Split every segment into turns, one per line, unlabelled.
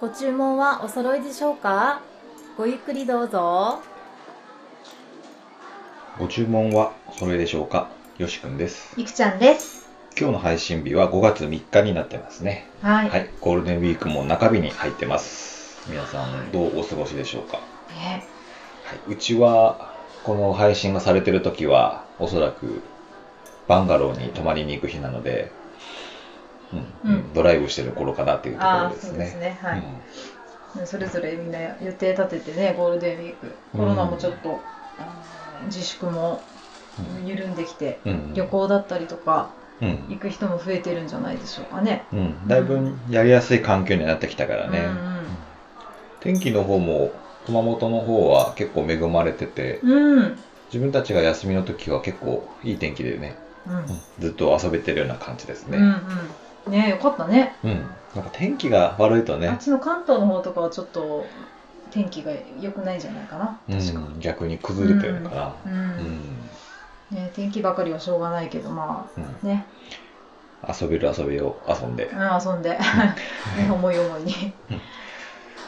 ご注文はお揃いでしょうかごゆっくりどうぞ。
ご注文はそれでしょうかよしくんです。
ゆきちゃんです。
今日の配信日は5月3日になってますね。
はい。
はい、ゴールデンウィークも中日に入ってます。皆さんどうお過ごしでしょうか、は
ね
い、うちはこの配信がされてる時はおそらくバンガローに泊まりに行く日なので、うん
うん
ドライブしてる頃かなっていうとこ
あ
ろ
あ、
です
そう
ね。
ですね。はい、
うん
それぞれみんな予定立ててね、ゴールデンウィーク。コロナもちょっと、あの自粛も緩んできて、
うん
旅行だったりとか、
うん
行く人も増えてるんじゃないでしょうかね。
うん、だいぶやりやすい環境になってきたからね、天気の方も熊本の方は結構恵まれてて
うん、うん。うん。
自分たちが休みの時は結構いい天気でね、
うん。
ずっと遊べてるような感じです
うん
ね、
うん。ねよかったね
うんなんか天気が悪いと
あ
ね
っ、ちの関東の方とかはちょっと天気が良くないんじゃないかな。
う
確か。
ん、逆に崩れてるのか
う
な、うん
ん。ね天気ばかりはしょうがないけど、ま
うん
あ、ね。
遊べる遊べを遊んで
うん、遊んで、 ね、思い思いに、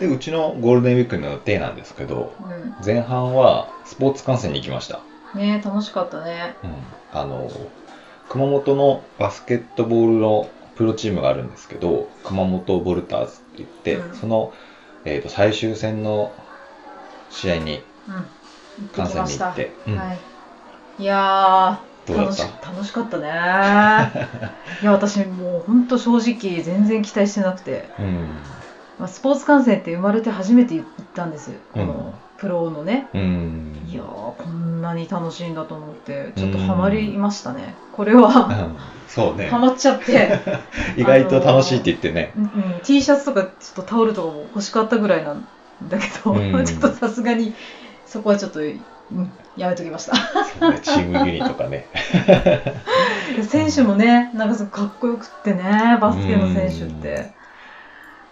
でうちのゴールデンウィークの予定なんですけど
う
前半はスポーツ観戦に行きました、
ん、ね楽しかったね
うん、あの熊本のバスケットボールのプロチームがあるんですけど熊本ボルターズって言って、
うん
その、えー、と最終戦の試合に
うん行っ
観
てき
戦
ま
に
し
行
た
って、うん
はいいや
ど
ー
うだ
楽
っ
した楽しかったねいや私もうほんと正直全然期待してなくて、
うん
まあ、スポーツ観戦って生まれて初めて行ったんですこ
うん
のプロのね、
うん
いやーこんなに楽しいんだと思ってちょっとハマりましたね、これは
うん そうね
ハマっちゃって、
意外と楽しいって言ってね、
うんうん、T シャツとかちょっとタオルとかも欲しかったぐらいなんだけど、
うん
ちょっとさすがにそこはちょっと、うん、やめときました
そうねチームユニとかね
選手もねなんかすごくかっこよくってねバスケの選手って、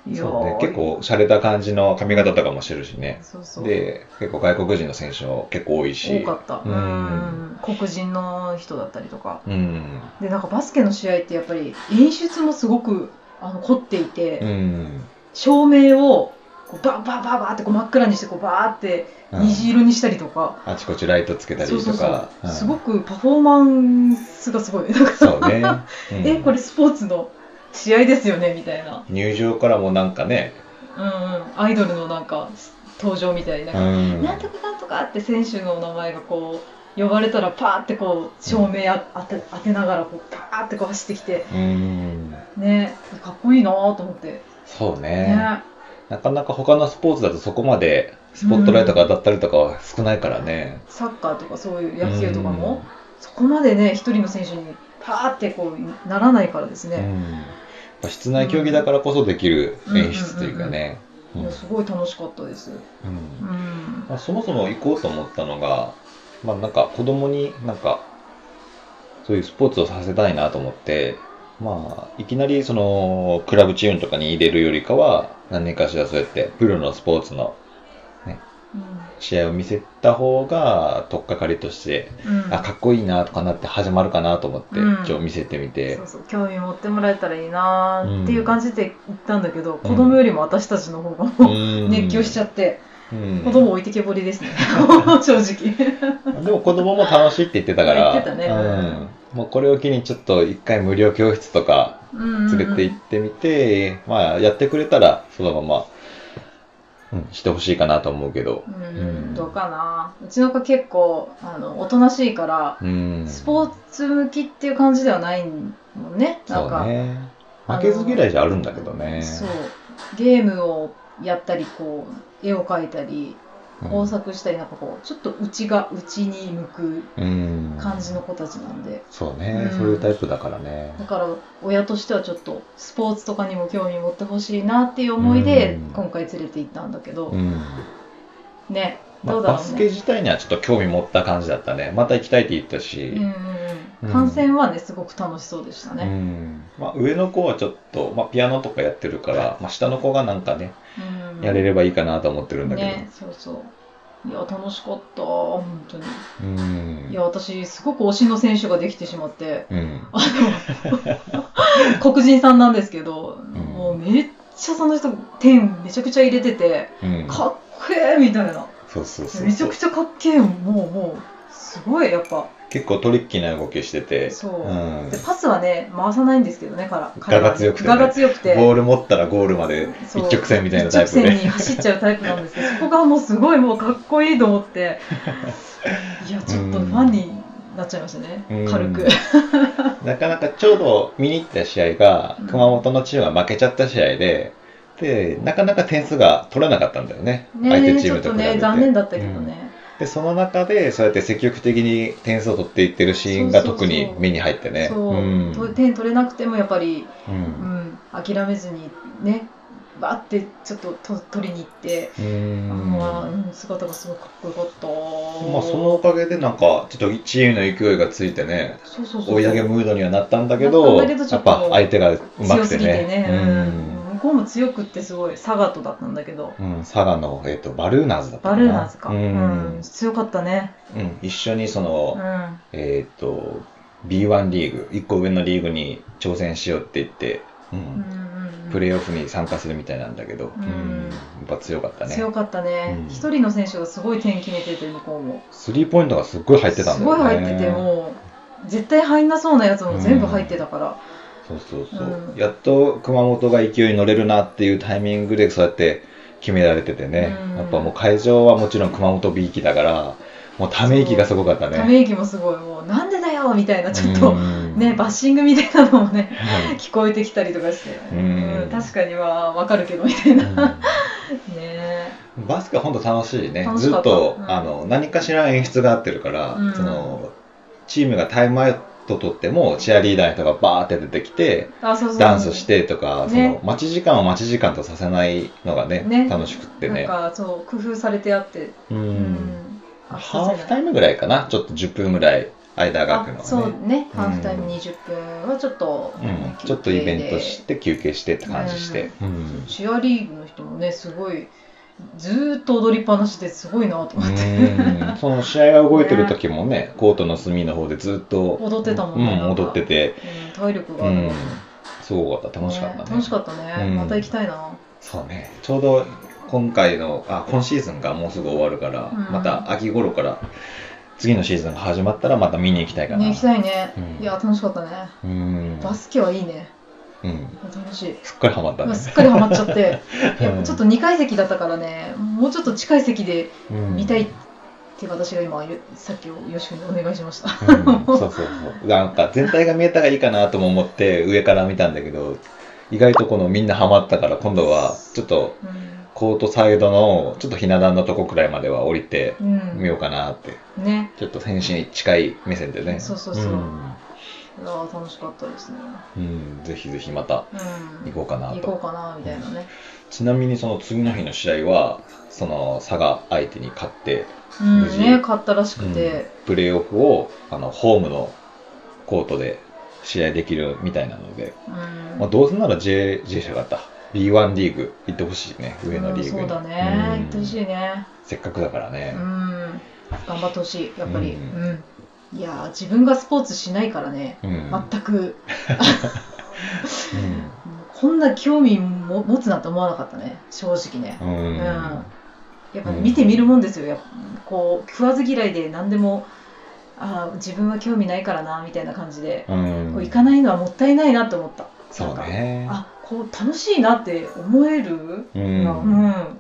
いやー
そうね結構洒落た感じの髪型とかもしてるしね
そうそう
で結構外国人の選手も結構多いし
多かった、う
う
んん、黒人の人だったりとか
うん
でなんかバスケの試合ってやっぱり演出もすごくあの凝っていて、
うん
照明をこうバーバーバーバーってこう真っ暗にしてこうバーって
うん
虹色にしたりとか、
あちこちライトつけたりとか
そうそうそうすご
く
くパフォーマンスがすごいなんか
そう ね、うん
えこれスポーツの試合ですよねみたいな、
入場からもなんかね、
うんうん、アイドルのなんか登場みたいな、
うん
なんとかなんとかって選手の名前がこう呼ばれたらパーってこう照明あ当て当てながらこうパーってこう走ってきて
うん
ねかっこいいなと思って、
そうね
ね
なかなか他のスポーツだとそこまでスポットライトが当たったりとかは少ないからね、
サッカーとかそういう野球とかも、そこまでね一人の選手にパーってこうならないからです
うん、
ね、
やっぱ室内競技だからこそできる演出というかねうん
いやすごい楽しかったです。
うん
うん
まあそもそも行こうと思ったのが、まあ、なんか子供になんかそういうスポーツをさせたいなと思って、まあ、いきなりそのクラブチームとかに入れるよりかは何かしらそうやってプロのスポーツの
う
試合を見せた方が取っかかりとして、
んうん
あかっこいいなとかなって始まるかなと思って、
うん
今日見せてみて
そうそう興味持ってもらえたらいいなーっていう感じで行ったんだけど、
うん
子供よりも私たちの方がもう熱狂しちゃ
っ
って、
た、うん
子供置いてけぼりですね 正直
でも子供も楽しいって言ってたから
言ってたね
うん、もうこれを機にちょっと一回無料教室とか連れて行ってみて、まあやってくれたらそのまま、うん、してほしいかなと思うけど、
うん、
うん
どうかなうちの子結構あのおとなしいから、
うん、
スポーツ向きっていう感じではないもんねなん
そ
か
うね負けず嫌いじゃあるんだけどね
そうゲームをやったりこう絵を描いたり
うん
工作したりなんかこうちょっと内が内に向く
うん
感じの子たちなんで、
そうね、
うん
そういうタイプだからね
だから親としてはちょっとスポーツとかにも興味持ってほしいなっていう思いで
うん
今回連れて行ったんだけど、
うん
ね
ま
ど
あ、
うだ
バ
ろう
スケ
ね。
自体にはちょっと興味持った感じだったねまた行きたいって言ったし、
うんうん
う
うんん、観戦はねすごく楽しそうでした
う
ね。
んまあ、上の子はちょっと、まあ、ピアノとかやってるから、まあ、下の子がなんかね、
うん
やれればいいかなと思ってるんだけど、
ねそうそういや楽しかった本当に
うん
いや私すごく推しの選手ができてしまって
うん
あの黒人さんなんですけど、
ん
もうめっちゃその人点めちゃくちゃ入れてて
うん。
かっけえみたいな
そうそうそう
めち
そ
ゃ
う
く。ちゃかっけえもうもうすごいやっぱ
結構トリッキーな動きしてて、
そう
うん
で。パスはね回さないんですけどねから
我が強くてね
我が強くて
ボール持ったらゴールまで
そ
一
う
直線みたいな
一
タ
直
イプ
線
で。
に走っちゃうタイプなんですけどそこがもうすごいもうかっこいいと思って いやちょっとファンになっちゃいましたね
うん
軽く
なかなかちょうど見に行った試合が
うん、
熊本のチームが負けちゃった試合で、で、なかなか点数が取れなかったんだよね。相
ね
手
え
チ
ち
ー
ょっ
ムと
と
比べて。
ね残念だったけどね、
で、その中で、そうやって積極的に点数を取っていってるシーンが
そうそう
特
そう
に目に入ってね。
そう、
ん
と点取れなくてもやっぱり、
う
うんん、諦めずにねバーってちょっとと取りに行って、
うん
まあうん、姿がすごいかっこよかった
まあ、そのおかげでなんかちょっとチームの勢いがついてね
そうそうそう
追い上げムードにはなったんだけ
な
ど
ったんだけどちょ
や
っ
っ
と
ぱ相手がうま
強
く
す
て
ぎてね
ね
うん向こうも強くってすごい佐賀とだったんだけど
うん、うん、佐賀の、えっとバルーナーズだった
バ
かな
ルーナーズか、
う
うん
ん
強かったね、
うん一緒にそうの、
ん、
えっ、と B1 リーグ1個上のリーグに挑戦しようって言って、うん
うん
プ
ー
レーオフに参加するみたいなんだけど、
うん
やっぱ強かったね
強かったね
うん
一、人の選手がすごい点決めてて向こうも
スリーポイントがすっごい入ってたん
す
だ
ごい
よね
入っててもう絶対入んなそうなやつも全部入ってたから、
そうそうそう、
うん
やっと熊本が勢いに乗れるなっていうタイミングでそうやって決められててね、
うん
やっぱもう会場はもちろん熊本 B 期だからもうため息がすごかったね
ため息もすごいもうなんでだよみたいなちょっと、
うん
ねバッシングみたいなのもね
う
聞こえてきたりとかして、
うん
う確かにはわかるけどみたいな、ね
んバスケは本当楽しいね
楽し
ず
か
っ
った
と、
うん
あの何かしら演出があってるから、
うん
そのチームがタイムアウト取ってもチアリーダーの人がバーって出てきて
あそうそう
ダンスしてとか、そ
ね
の待ち時間を待ち時間とさせないのがね
ね
楽しくってね
なんかそう工夫されてあって、
うん
あ
ハーフ
イ
タイムぐらいかな、ちょっと10分ぐらい間が空くの
そ
は
う
ね。
ね
うん
ハーフタイム20分はちょっと、
うん、ちょっとイベントして休憩してって感じして、うん
チアリーグの人もねすごいずーっと踊りっぱなしですごいなと思って、
うんその試合が動いてる時もねコートの隅の方でずっと
踊ってたもんね
う
なんか
踊ってて、
うん体力が
う
ある
ん、すごかった楽しかったね
楽しかったね、
うん
また行きたいな
そうねちょうど今回のあ今シーズンがもうすぐ終わるから、
うん
また秋頃から次のシーズンが始まったらまた見に行きたいかな、
ね行きたいね、
うん
いや楽しかったね
うん、
バスケはいいね
うん、
楽しい
すっかりハマった
ま
ね
あすっかりハマっちゃ って、いや
うん
ちょっと2階席だったからねもうちょっと近い席で
うん
見たいって私が今ゆさっきよしにお願いしました
うんそうそうそう。なんか全体が見えたらいいかなとも思って上から見たんだけど、意外とこのみんなハマったから今度はちょっと
う
コートサイドのちょっとひな壇のとこくらいまでは降りて
ん、
みようかなって。
うん、ね
ちょっと選手に近い目線でね。
そうそうそうんいやー楽しかったですね、
うん、ぜひぜひまた
うん、
行こうかな。
行ことうかなみたいなね、
ちなみにその次の日の試合は、その佐賀相手に勝って、
うん
無事
ね買ったらしく
うん
て、
プレーオフをあのホームのコートで試合できるみたいなので、
うん
まあ、どうせなら J, J 社があった B1 リーグ行ってほしいね上のリーグに、
うんそうだね、
うん
行ってほしいね
せっかくだから
う
ね
ん、頑張ってほしいやっぱりう、
うん
いやー自分がスポーツしないからね
うんうん
全くこんな興味も持つなんて思わなかったね正直ね
うん
うんやっぱ
うん
見てみるもんですよやっぱこう食わず嫌いで何でもあー自分は興味ないからなみたいな感じで、
うん
こう行かないのはもったいないなと思った
そう
なんか
ね
あこう楽しいなって思える
うん
う
や
ん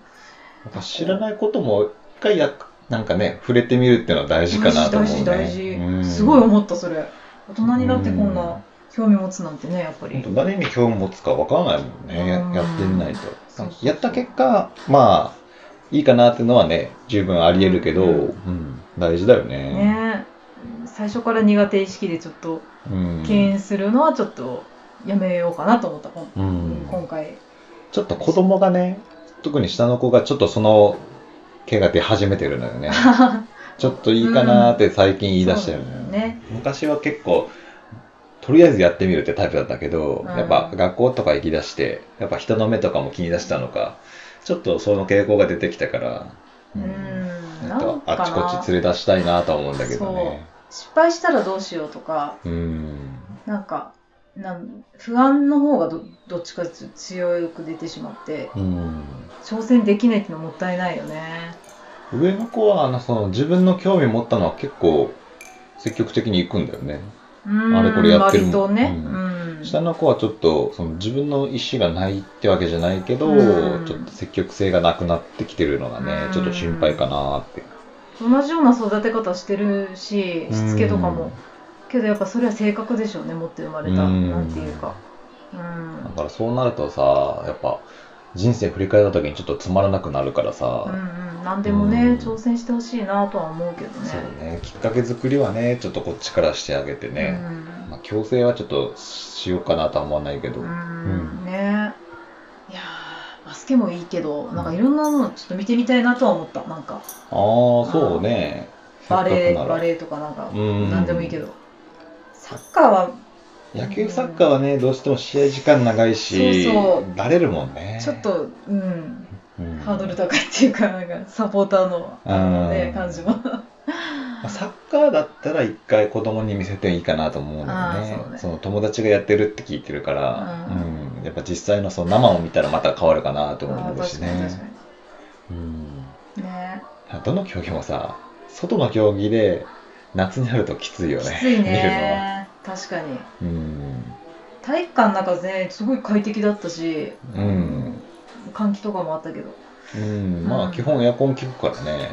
っぱ知らないことも一回やなんかね触れてみるっていうのは大事かなと思う
大事
ね
大事、
うん
すごい思ったそれ大人になってこん
うん
な興味持つなんてねやっぱり、
本当何に興味持つかわからないもんね、
うん
やってみないと
そうそうそう
やった結果まあいいかなっていうのはね十分ありえるけど、
うん
うん大事だよね
ね最初から苦手意識でちょっと
うん
敬遠するのはちょっとやめようかなと思った、こん
うん
今回
ちょっと子供がね、特に下の子がちょっとその毛が出始めてるのよ ね。ちょっといいかなーって最近言い出してるのよ、
うんそうね
昔は結構、とりあえずやってみるってタイプだったけど、
うん
やっぱ学校とか行き出して、やっぱ人の目とかも気に出したのか、ちょっとその傾向が出てきたから、
う
うんん
なん
な
ん
か
か
あちこ
な
ち連れ出したいなとは思うんだけどね。
失敗したらどうしようとか
うん。
なんかなん不安の方がどどっちかっていうと強く出てしまって
うん。
挑戦できないってのはもったいないよね。
上の子は、あの、その自分の興味持ったのは結構積極的に行くんだよね。
うん
あれこれやってる
割とね。
う
うんん。
下の子はちょっと、その自分の意思がないってわけじゃないけど、
うん
ちょっと積極性がなくなってきてるのがね
う、ん
ちょっと心配かなって。
同じような育て方してるし、しつけとか
うん
も。けどやっぱそれは性格でしょうね、持って生まれた。
うん
なんていうか。う
だ
ん。
からそうなるとさ、やっぱ人生振り返った時にちょっとつまらなくなるからさ、
うんうん。なんでもね、
うん
挑戦してほしいなとは思うけどね。
そうね、きっかけ作りはね、ちょっとこっちからしてあげてね、まあ、強制はちょっとしようかなとは思わないけど、
うん。
う
うん。ね。いやーバスケもいいけど、なんかいろんなのちょっと見てみたいなとは思った。なんか、
ああ、そうね。
バレ
せっ
ー、
かくな
バ
ら
レーとかなんか、
うん
なんでもいいけど。サッカーは
野球、サッカーはね、どうしても試合時間長いし、
そうそ
だれるもんね。
ちょっと、うん、
うん、
ハードル高いっていうか、なんかサポーターの、あのね、
うん
感じも。
まあサッカーだったら一回子供に見せていいかなと思うんだよね
あーそうね
の友達がやってるって聞いてるから、
う
うんやっぱ実際のその生を見たらまた変わるかなと思うし
あー確
ね、
かに
うん、
確かに。ね、
どの競技もさ外の競技で夏になるときついよ
き
ね
つい
見るのは、
ね。確かに。
うん
体育館の中ね、すごい快適だったし、
うん
換気とかもあったけど、
うん、まあ基本エアコン効くからね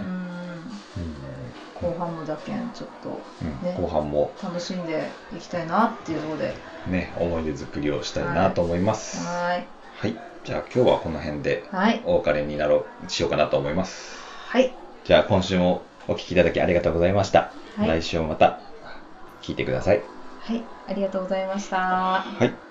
う、ん、後半もだけん、ちょっと
うんうん
ね
後半も
楽しんでいきたいなっていうところで。
ね思い出作りをしたいなと思います、
は
はい、じゃあ今日はこの辺で
ーい。はい。
お別れになろうしようかなと思います
はい。
じゃあ今週もお聞きいただきありがとうございました。
はい。
来週もまた聞いてください。
はい。ありがとうございました。
はい。